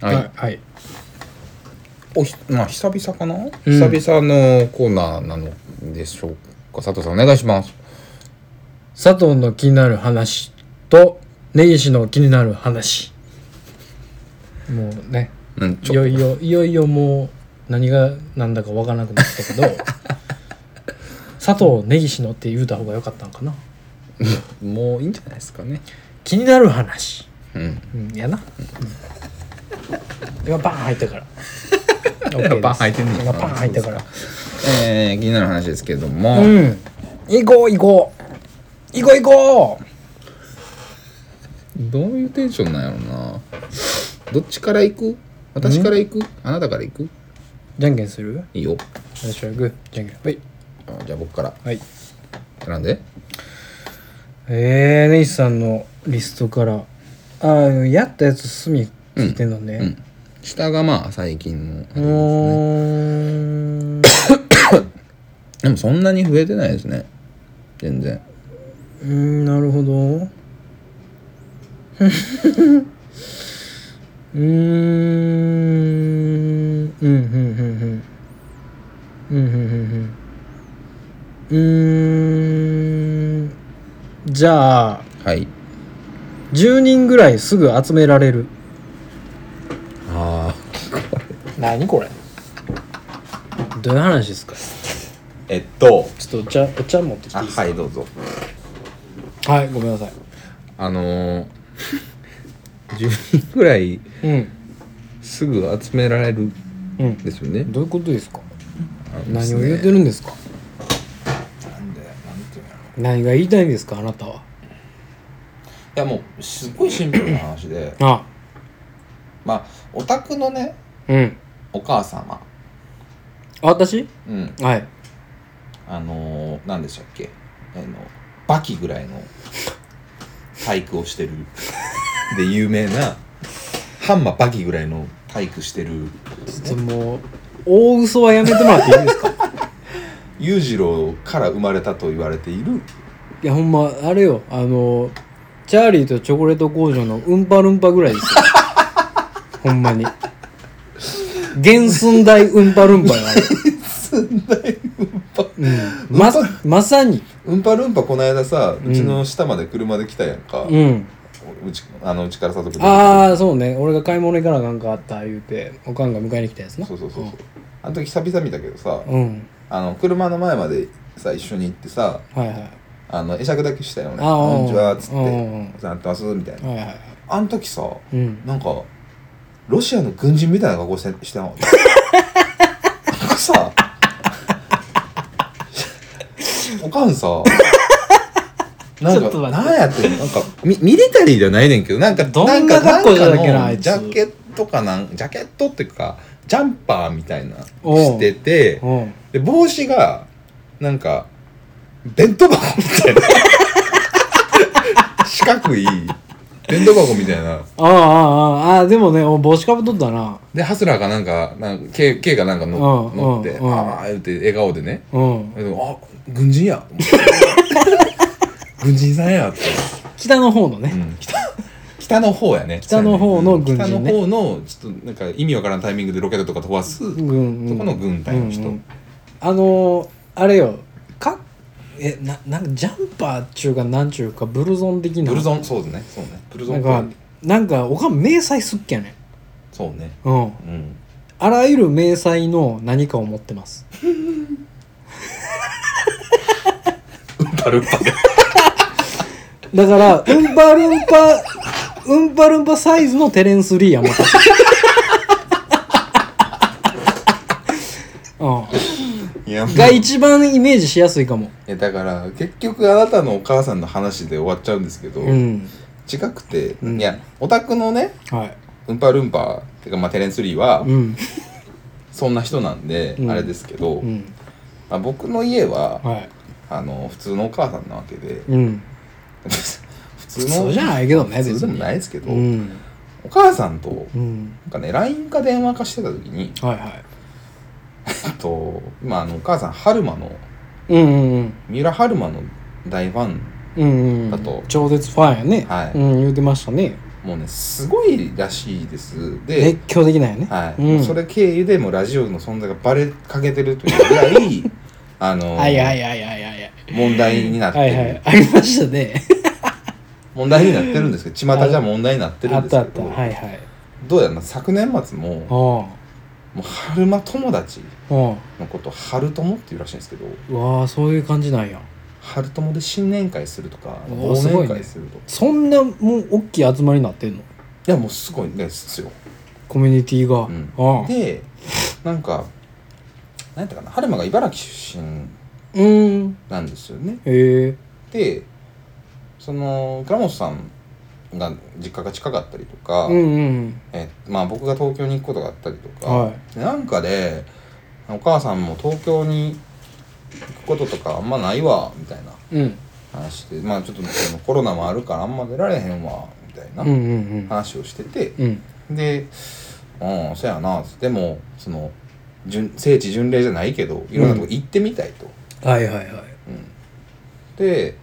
はいはいはいおひまあ久々かな、うん久々のコーナーなのでしょうか佐藤さんお願いします佐藤の気になる話と根岸の気になる話もうねうんいよいよいよいよもう何が何だかわからなくなったけど 佐藤根岸のって言うた方が良かったんかなもういいんじゃないですかね気になる話、うんうん、やな、うん今バーン入っ たから OK ですバーン入ってんね今バーン入ったからえー、気になる話ですけれども、うん行こう行こう行こう行こどういうテンションなんやろなどっちから行く私から行くあなたから行くうじゃんけんするいいよ私はグーじゃんけんはいあじゃあ僕からはい選んでえー、ネイスさんのリストからああやったやつ隅ついてんのね、うん下がまあ最近のあれですうねーんでもそんなに増えてないですね全然うーんなるほど うーんうんうんうんうんうんうんうんうんうーんじゃあはい10人ぐらいすぐ集められるああ何これどういう話ですかえっとちょっとお茶お茶持ってきていいですかはいどうぞはい、ごめんなさいあのー、10人ぐらいうんすぐ集められるんうんですよねどういうことですかあのです何をね言ってるんですか何が言いたいんですかあなたはいやもうすごいシンプルな話で あまあお宅のねうんお母様あ私うんはいあのー、何でしたっけあのバキぐらいの体育をしてるで有名なハンマーバキぐらいの体育してるちょっともう大嘘はやめてもらっていいですか裕次郎から生まれたと言われている いやほんまあれよあのチャーリーとチョコレート工場のうんぱるんぱぐらいです よほんまに原寸大うんぱるんぱよあれうんままさにうんぱるんぱこの間さうちの下まで車で来たやんか、ううんちあのうちから佐藤君ああそうね俺が買い物行かなあかんかった言うておかんが迎えに来たやつなそうそうそうそうあの時久々見たけどさうんあの車の前までさ一緒に行ってさはいはいあの会釈だけしたよね「あーこんにちは」っつって「うんおうんうん世話になってます」みたいなはいはいあの時さうんなんかロシアの軍人みたいな格好してしてなかったなんかさおかんさなんちょっとか待ってなんやってんのなんかミミリタリーじゃないねんけどなんかどんなんか格好したっけななんかのあいつジャケットかなんジャケットっていうかジャンパーみたいなおうしててうんで帽子がなんか弁当箱みたいな四角い弁当箱みたいなああああああでもねお帽子かぶっとったなでハスラーかなんかなんか K, K がなんかのうん乗ってうんああ言うて笑顔でねうんでもあ軍人や 軍人さんやって、北の方のね、うん北北の方やね北の方の軍人ねそうや北の方のちょっとなんか意味わからんタイミングでロケットとか飛ばす、うんうん、そこの軍隊の人、うんうんあのー、あれよかえななんかジャンパーっちゅうかなんちゅうかブルゾン的なブルゾンそうですねそうねブルゾなンんかなんかおかん迷彩すっけやねそうねうんうんあらゆる迷彩の何かを持ってますうんぱるんぱでだから、うんぱるんぱ、うんぱるんぱサイズのテレンス・リーやもん。ういやもん、うが一番イメージしやすいかも。いやだから結局あなたのお母さんの話で終わっちゃうんですけど、うん。違くて、うんいやオタクのねはい。うんぱるんぱてかまあテレンス・リーはうん。そんな人なんで、うんあれですけど、うん。まあ、僕の家は、はい。あの普通のお母さんなわけで うん。普普通の通じゃないけどね、普通別でもに。ないですけど、うん。お母さんとうん。なんかね LINE か電話かしてた時にはいはい。あと今あのお母さん春馬のうんうん三浦春馬の大ファンうん。うんうん。あと超絶ファンやね。はいうん、言うてましたね。もうねすごいらしいですで熱狂的なんやね。はいうんそれ経由でもうラジオの存在がバレかけてるというぐら いあの、はいはいはいはいはいはい。問題になってる、はいはい。ありましたね。問題になってるんですけど巷じゃ問題になってるあんっでたすあけった。どはいはい。どうやら昨年末ももおう春馬友達うおうのことを春友っていうらしいんですけどうわあそういう感じなんや。春友で新年会するとかお忘ーすごい年ね会するとかい,、そんなもう大きい集まりになってんのやもうすごいですよ、コミュニティが。ううんん。でなんか何やったかな春馬が茨城出身うん。なんですよねへえ。でその倉本さんが実家が近かったりとか、うんうん。えまあ、僕が東京に行くことがあったりとか、はでなんかでお母さんも東京に行くこととかあんまないわみたいなうん。うん話でまあちょっとそのコロナもあるからあんま出られへんわみたいうんう。なん話をしてて、うん。で「うんそやな」でもその巡聖地巡礼じゃないけどいろんなとこ行ってみたいと。はいはいはい。で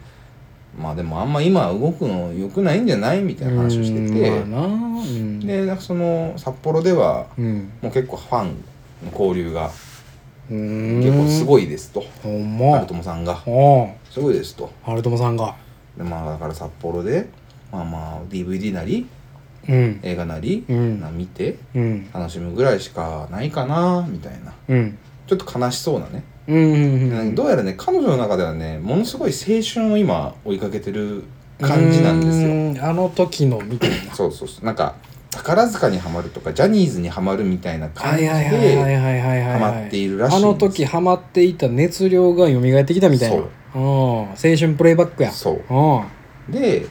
まあでもあんま今動くの良くないんじゃないみたいな話をしてて、うんまあなうん。でなんかその札幌ではうん。もう結構ファンの交流が結結構すい。ごいですとほん春ま。友さんがおすごいですとハルトモさんが。でまあだから札幌でまあまあ DVD なりうん。映画なり、うんな見てうん。楽しむぐらいしかないかなみたいなうん。ちょっと悲しそうなね、うんうんう。なんんかどうやらね彼女の中ではねものすごい青春を今追いかけてる感じなんですよよ。あの時のみたいな。そうそうそうなんか宝塚にはまるとかジャニーズにはまるみたいな感はじいはいはいはいではいはいはい。ハマっているらしいあんですの時ハマっていた熱量が蘇ってきたみたいな。そううん。青春プレイバックや。そううん。でちょ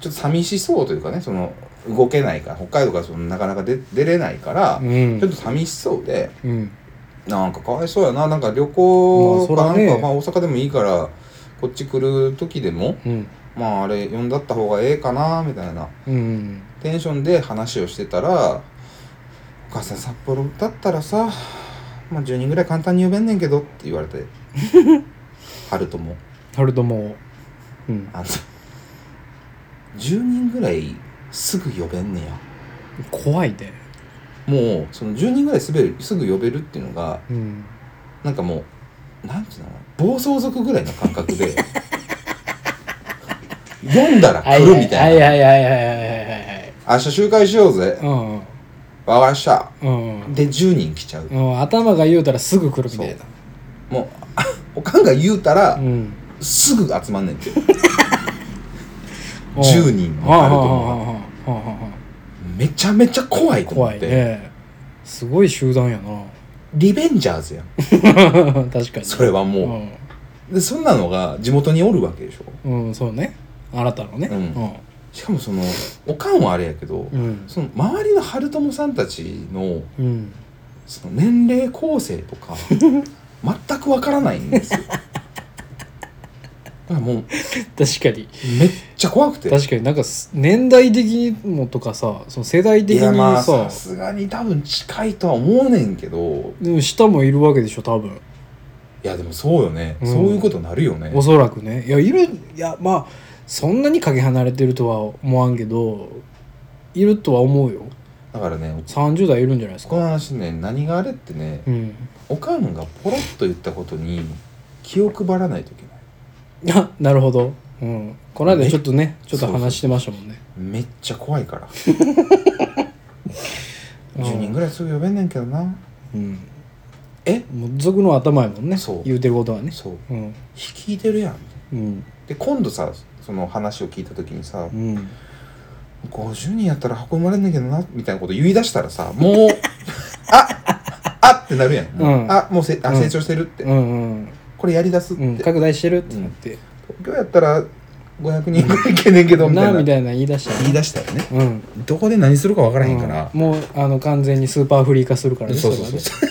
っと寂しそうというかねその動けないから北海道からそのなかなか出出れないから、うんちょっと寂しそうでうん。なんかかわいそうやななんか旅行かまなあんそか、らねまあ大阪でもいいからこっち来る時でもうん。まああれ呼んだった方がええかなみたいなうん。テンションで話をしてたら「お母さん札幌だったらさ、まあ、10人ぐらい簡単に呼べんねんけど」って言われ て春ともハルトモ。うん。あの10人ぐらいすぐ呼べんねや怖いで。もうその10人ぐらいすべすぐ呼べるっていうのがうん。なんかもうなんていうの暴走族ぐらいの感覚 で読んだら来るみたいなはいはいはいはいはいはいはい。 「明日集会しようぜうんわかりましたうん。うん」。で10人来ちゃううん、頭が言うたらすぐ来るみたいなもうおかんが言う たら、うんすぐ集まんねんておう10人はああるはとあは思うわあはあはめちゃめちゃ怖いあと思っ怖ていねすごい集団やなリベンジャーズやん確かにそれはもう、でそんなのが地元におるわけでしょうん、うん、そうねあなたのねうしかもそのおかんはあれやけど、うんその周りの春友さんたちのうん、うんその年齢構成とか全くわからないんですよだからもう確かにめっちゃ怖くて確かになんかす年代的にもとかさその世代的いにやまあもささすがに多分近いとは思うねんけどでも下もいるわけでしょ多分いやでもそうよね、うんそういうことなるよねおそらくねいやいるいやまあそんなにかけ離れてるとは思わんけどいるとは思うよだからね30代いるんじゃないですかこの話ね何があれってね、うんおかんがポロッと言ったことに気を配らないといけないあなるほど、うん、この間ちょっとねちょっと話してましたもんねめっちゃ怖い からうん10人ぐらいすぐ呼べんねんけどなうんえもう族の頭やもんねそう言うてることはねそううん聞いてるやんうんで今度さその話を聞いた時にさうん50人やったら運ばれんねんけどなみたいなこと言い出したらさ もうああってなるやん、もううんあもうせあうん成長してるって、うんこれやりだすって、うん東拡大してるってなって、京やったら500人ぐらいいけんねんけどみたないなみたいな言い出した言いね出したよねうんどこで何するか分からへんかうんら、もうあの完全にスーパーフリー化するからねそうそうそうそそうれ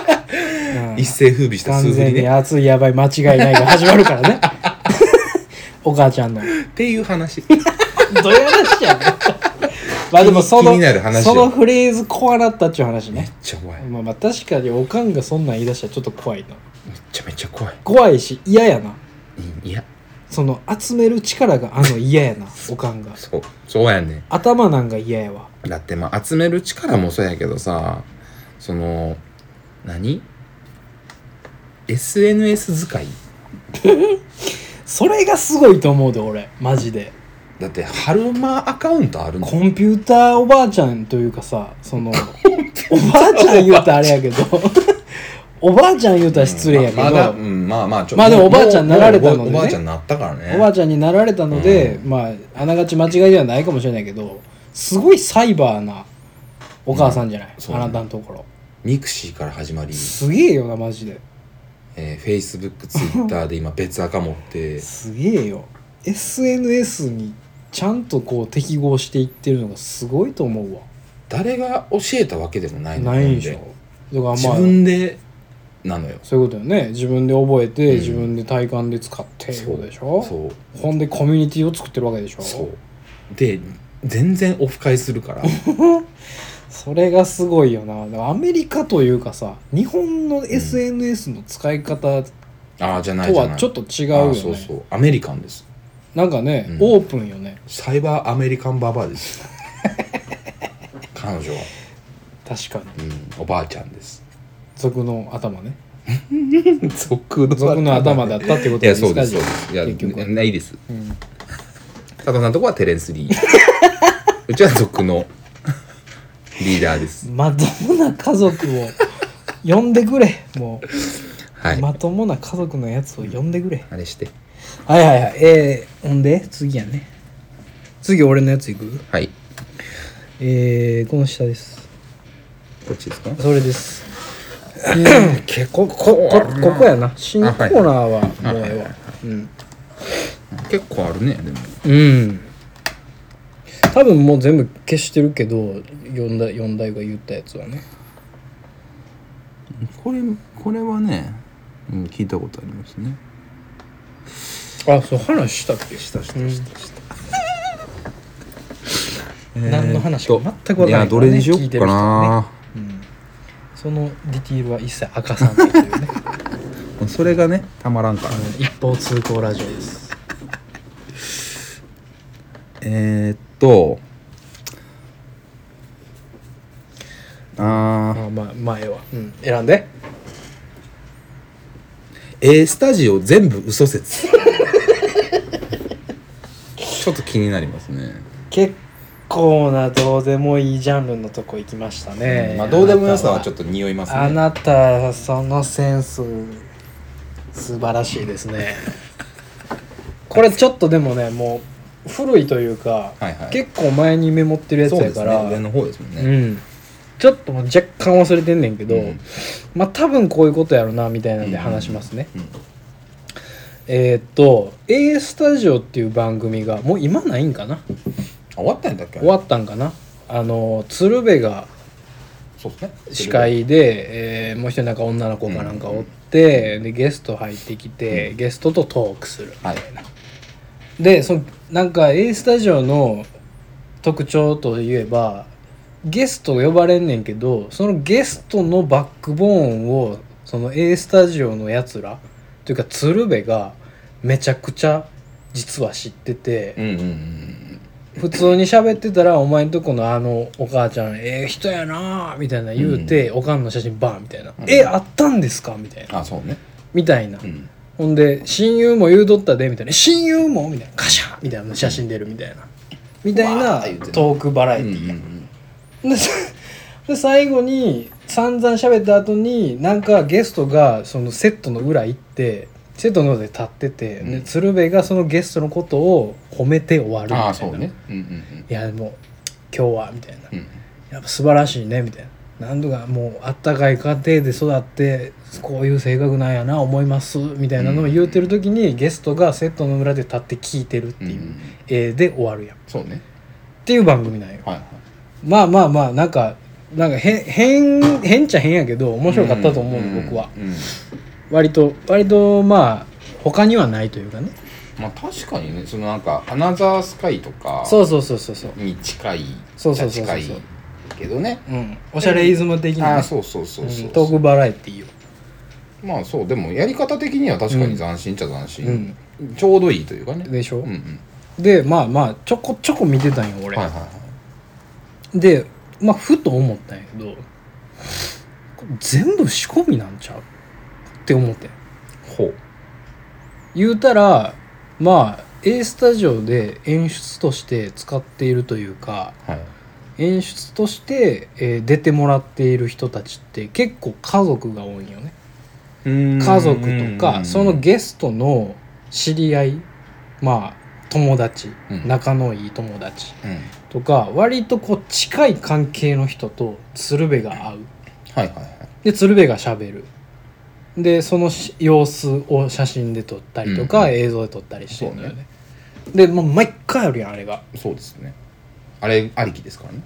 はねうん一世風靡した完数字全にね熱いやばい間違いないが始まるからね お母ちゃんのっていう話 どういう話やねんまあでもその気になる話よそのフレーズ怖なったっちゅう話めねっちゃ怖いめまあまあ確かにおかんがそんなん言い出したらちょっと怖いなちゃめちゃ怖い怖いし嫌やなうんいやその集める力があんの 嫌やなおかんがそうそうやね頭なんか嫌やわだってまあ集める力もそうやけどさその何 ?SNS 使いそれがすごいと思うで俺マジでだって春馬アカウントあるのコンピューターおばあちゃんというかさそのおばあちゃん言うたらあれやけど おばあちゃん言うたら失礼やけど、まあまだ、うん、まあまあ、ちまあでもおばあちゃんなられたのでねもうおばあちゃんなったからね。おばあちゃんになられたので、まああながち間違いではないかもしれないけどすごいサイバーなお母さんじゃない、そうあねなたのところミクシーから始まり、すげえよなマジでえー、Facebook、Twitter で今別アカ持ってすげえよ SNS にちゃんとこう適合していってるのがすごいと思うわ誰が教えたわけでもないのないでしょだからまあ自分でなのよそういうことよね自分で覚えて、うん自分で体感で使ってってことでしょそうほんでコミュニティを作ってるわけでしょそうで全然オフ会するからそれがすごいよなだからアメリカというかさ日本の SNS の使い方と ああじゃないじゃはないちょっと違うあよーねそうそうアメリカンですなんかね、うんオープンよねサイバーアメリカンババアです彼女は、確かうにん、おばあちゃんです俗の頭ね俗の俗の頭だったってこといでやすかそうですそうですいじやゃあ結局、ないですうん佐藤さんのとこはテレンス・リーうちは俗のリーダーですまともな家族を呼んでくれもう、 はい、まともな家族のやつを呼んでくれあれしてはいはいはいえー、ほんで次やね次俺のやついくはいえー、この下ですこっちですかそれです結構ここここやな新コーナーはあもうはいええわうん結構あるねでもうん多分もう全部消してるけど4代四代が言ったやつはねこれこれはね、うん、聞いたことありますねあそう話したっけしたしたうんしたした、何の話か全く分からないいやどれにしよ聞ういてかる人はねな、そのディティールは一切明かさ ないというねそれがねたまらんからあねの一方通行ラジオですえー、っとあーあまあ前は、うん、選んで A スタジオ全部嘘 説ちょっと気になりますね、結構などうでもいいジャンルのとこ行きましたね、まあ、どうでもよさはちょっっと匂いますあね。なたそのセンス素晴らしいですね これちょっとでもねもう古いというか、はいはい。結構前にメモってるやつそうでやすかね。ら上の方ですもんうね。ん、ちょっともう若干忘れてんねんけど、うんまあ多分こういうことやろなみたいなんで話しますね、うんえーっと A スタジオっていう番組がもう今ないんかなあ終わったんだっけ終わったんかなあの鶴瓶がそうですね。司会で、えーもう一人なんか女の子かなんかおって、でゲスト入ってきて、ゲストとトークするはい。でそのなんか A スタジオの特徴といえばゲスト呼ばれんねんけどそのゲストのバックボーンをその A スタジオのやつらというか鶴瓶がめちゃくちゃ実は知っててう、んうんうん普通に喋ってたら「お前んとこのあのお母ちゃんええ人やな」みたいな言うて、おかんの写真バーンみたいな「んえあったんですか?」みたいなうん。あ、そうね。みたいな、うん。ほんで「親友も言うとったで」みたいな「親友も?」みたいな「カシャ!」みたいな写真出るみたいな、みたいわなー言うてねトークバラエうテんうィんうん。でさで最後に散々喋った後になんかゲストがそのセットの裏行ってセットの裏で立ってて、うんで鶴瓶がそのゲストのことを褒めて終わるみたいなあ、そうね。うんうんいやもう今日はみたいなうんうん。やっぱ素晴らしいねみたいな何度かもうあったかい家庭で育ってこういう性格なんやな思いますみたいなのを言うてる時に、ゲストがセットの裏で立って聞いてるってうんういんう。うん絵で終わるやんっそうね。ていう番組なんよはいはい。まあまあまあなんかなんか変変変っちゃ変やけど面白かったと思う、んん僕はうん割と割とまあ他にはないというかねまあ確かにね、そのなんか、アナザースカイとかそうそうそうそうそうに近い、そうそうそうそ近ういけどね。うんおしゃれイズム的な、あねー、そうそうそうそうう。んトークバラエティーよまあそうでもやり方的には確かに斬新っちゃ斬新、ちょうどいいというかねでしょ、うんうんでまあまあちょこちょこ見てたんよ俺、はいはいはいでまあふと思ったんやけどこれ全部仕込みなんちゃうって思ってほう言うたらまあ A スタジオで演出として使っているというかはい演出として、えー出てもらっている人たちって結構家族が多いんよね家家族とかそのゲストの知り合いまあ友達、うん仲のいい友達うんとか割とこう近い関係の人と鶴瓶が会うはいはいはいで鶴瓶がしゃべるでそのし様子を写真で撮ったりとうか、んうん映像で撮ったりしてるのよねで、まあ、毎回あるやんあれがそうですねあれありきですからね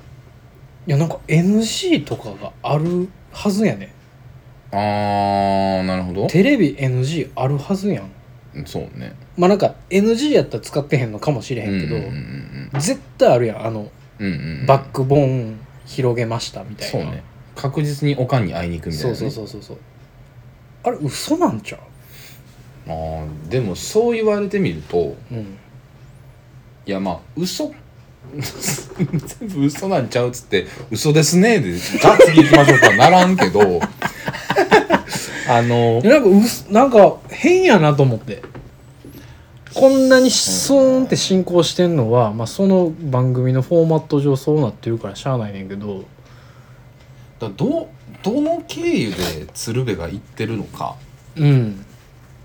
いやなんか NG とかがあるはずやねあーなるほどテレビ NG あるはずやんそうねまあなんか NG やったら使ってへんのかもしれへんけど、うんうん絶対あるやんあのうんうんうんうんバックボーン広げましたみたいそな、うね確実におかんに会いに行くみたいなそうねそうそうそうそうあれ嘘なんちゃあーでもそう言われてみるとううんいやまあ嘘 全部嘘なんちゃうっつって嘘ですねでガッツリ行きましょうとはならんけ どあのいやなんかうすなんか変やなと思ってこんなにスーンって進行してんのは、まあ、その番組のフォーマット上そうなってるからしゃあないねんけどだどどの経由で鶴瓶が行ってるのかうん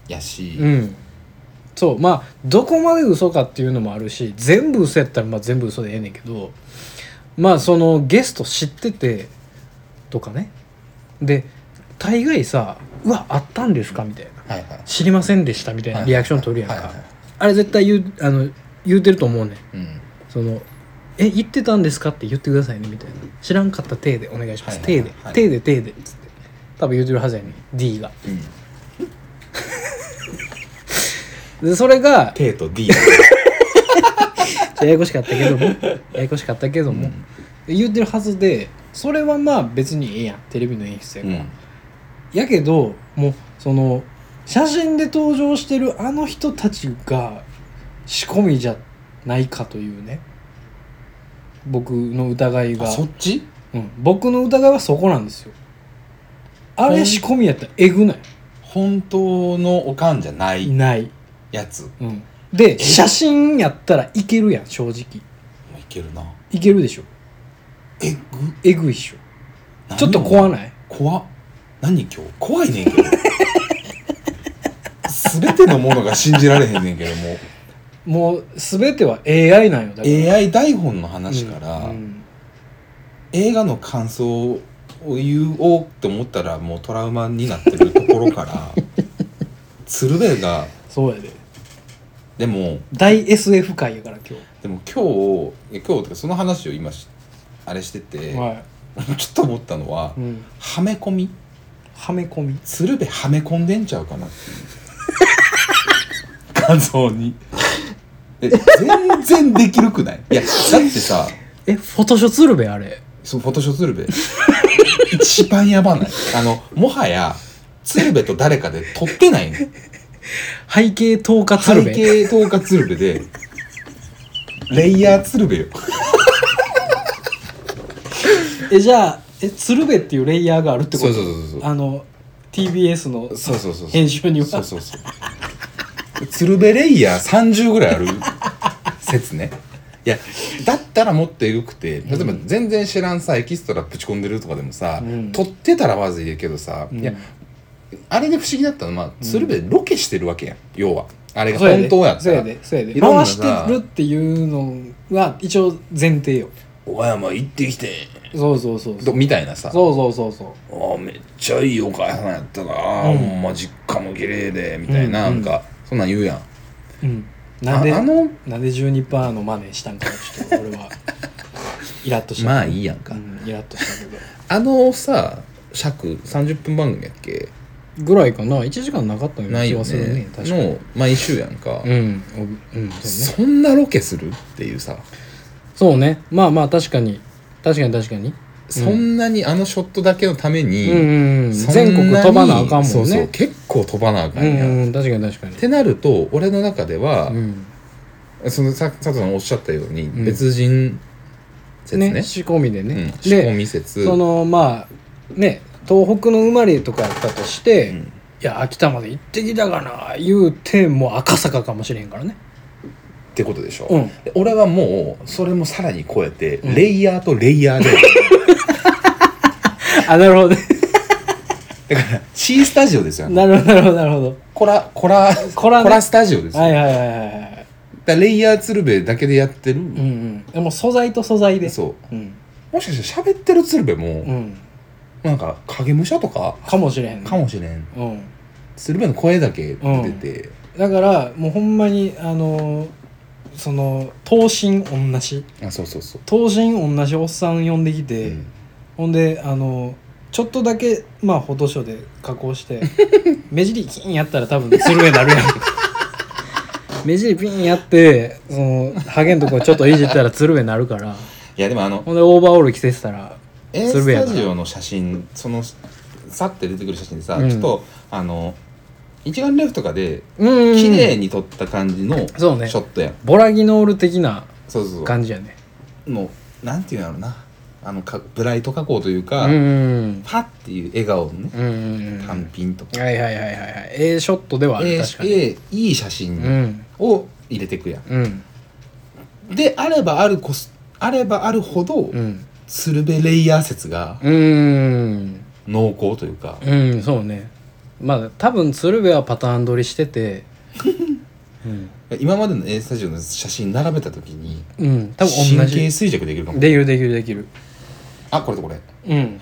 やし、うんそうまあどこまで嘘かっていうのもあるし全部嘘やったらまあ全部嘘でええねんけどまあそのゲスト知っててとかねで大概さ「うわあったんですか?」みたいなはいはい「知りませんでした」みたいなリアクション取るやんはいはいかあれ絶対言うあの言うてると思うねうんんその「え言ってたんですか?」って言ってくださいねみたいな「知らんかった体でお願いします」はい体はいではい体で体で」っつって多分言うてるはずやねん D がうんでそれが T と D ややこしかったけ どもややこしかったけども、言ってるはずでそれはまあ別にええやんテレビの演出やうから、んやけどもうその写真で登場してるあの人たちが仕込みじゃないかというね僕の疑いがあそっちうん、僕の疑いはそこなんですよあほれん仕込みやったらえぐない本当のおかんじゃないない、やつもうん、で写真やったらいけるやん正直ういけるないけるでしょえぐえぐいっしょ何ちょっと怖ない怖っ何今日怖いねんけど 全てのものが信じられへんねんけどももう全ては AI なんよだ AI 台本の話確から、うん映画の感想を言おうって思ったらもうトラウマになってるところ から鶴瓶がそうやででも大 SF 界やから今でも今日いや今日とかその話を今しあれしてて、日、は ちょっと思ったのは、いうん、はめ込みはめ込み鶴瓶はめ込んでんちゃうかなっていう感想にえ全然できるくないいやだってさえフォトショツルベあれそのフォトショー鶴瓶一番やばないあのもはや鶴瓶と誰かで撮ってないの背景透過ツ背ルベ景透過鶴瓶でレイヤー鶴瓶よえじゃあえ鶴瓶っていうレイヤーがあるってことそうそうそうそうあの TBS のそうそうそうそう編集にはそうそうそう鶴瓶レイヤー30ぐらいある説ねいやだったらもっとエグくて例えば全然知らんさエキストラぶち込んでるとかでもさ、うん撮ってたらまずいけどさ、うんいやあれで不思議だったのは、まあ、鶴瓶ロケしてるわけやん要はあれがそうや本で当やったそうやらでそうやでいろんな回さしてるっていうのは一応前提よ岡山行ってきてそうそうそうそどうみたいなさそうそうそうそうああめっちゃいいお母さんやったな、うんほんま実家も綺麗でみたいな、うなんんかそんなん言うやんうんなんでああのなんで12%のマネしたんかちょっと俺 はイラッとしたまあいいやんか、うんイラッとしたけあのさ尺30分番組やっけどぐらいかな1時間なかったようない気よはするねね確かにの毎週やんか、うんおうんそうねそんなロケするっていうさそうねまあまあ確かに確かに確かにそんなにあのショットだけのために、うんうんうんそんな全に国飛ばなあかんもんねそうそう結構飛ばなあかうんや、んっうん確かに確かにてなると俺の中では、うんそのさ佐藤さんおっしゃったように、ん別人説ねね仕込みでうんね、仕込でみ説そのまあね東北の生まれとかやったとして、うんいや秋田まで行ってきたかな言うても赤坂かもしれんか らねってことでしょ、うんで俺はもうそれもさらに超えて、うんレイヤーとレイヤーで あなるほどね C スタジオですよね なるほどなるほどなるほどコラコラコラねスタジオですよ、はいはいはいはいはいだからレイヤー鶴瓶だけでやってる、うんうんでも素材と素材でそううんもしかして喋ってる鶴瓶も、うんなんか影武者とかかもしれへんねかもしれんうん鶴瓶の声だけ出てて、だからもうほんまにあのーその等身同じあそうそうそう、等身同じおっさん呼んできて、うんほんであのちょっとだけまあフォトショーで加工して目尻キーンやったら多分鶴瓶になるやん目尻ピーンやってそのハゲんとこちょっといじったら鶴瓶になるからいやでもあのほんでオーバーオール着せてたら A 鶴ス瓶やタからジオの写真そのさって出てくる写真でさ、うんちょっとあの一眼レフとかでうん綺麗に撮った感じのシそうねョットやん、ボラギノール的なそうそうそ感じやねうのなんていうんだろうなあのかブライト加工といううんか、うんパッっていう笑顔のねうんうんうん単品とか、はいはいはいはいはいええショットではあえるえ確かにええいい写う真んを入れてくやん、うんであればあるこすあればあるほど、うん鶴瓶レイヤー説がうん濃厚というか、うんそうねまあ多分鶴瓶はパターン撮りして てうん、今までの A スタジオの写真並べた時にうん、多多分分同神経じ衰弱できるかもできるできるできるあこれとこれうん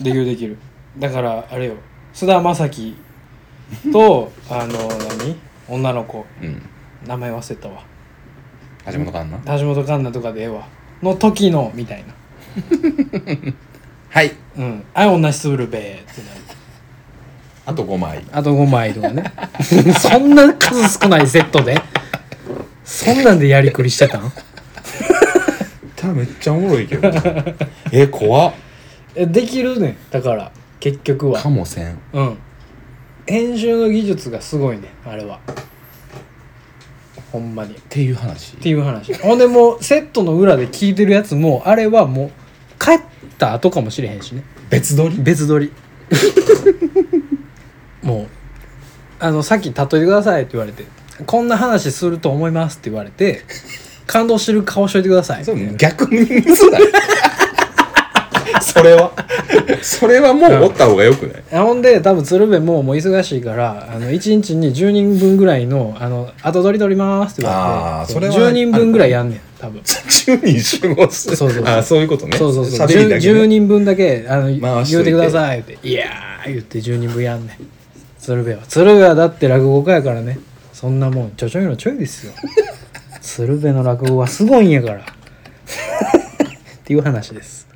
できるできるだからあれよ菅田将暉 とあの何女の子うん名前忘れたわ橋本環奈橋本環奈とかでええわの時のみたいなはいうんあい同じ鶴瓶ってなるあと5枚あと5枚とかね そんな数少ないセットでそんなんでやりくりしてたんためっちゃおもろいけど え怖っえできるねだから結局はかもせんうん編集の技術がすごいねあれはほんまにっっていう話てい う話ほんでもうセットの裏で聞いてるやつもあれはもう帰った後かもしれへんしね別撮り別撮り もうあのさっき例えてくださいって言われてこんな話すると思いますって言われて感動してる顔しといてくださいそうみたいな逆にミスだよ それはそれはもうおった方がよくないあほんで多分鶴瓶ももう忙しいからあの1日に10人分ぐらいのあの後取り取りますって言あわーれてそれは10人分ぐらいやんねん多分 10人集合するそうそうそうあそういうことねそうそうそ喋うり 10, だけね、人分だけあの回し言とういててくださいって「いやー」言って10人分やんねん鶴瓶は鶴瓶はだって落語家やからねそんなもんちょちょいのちょいです よ鶴瓶の落語はすごいんやからっていう話です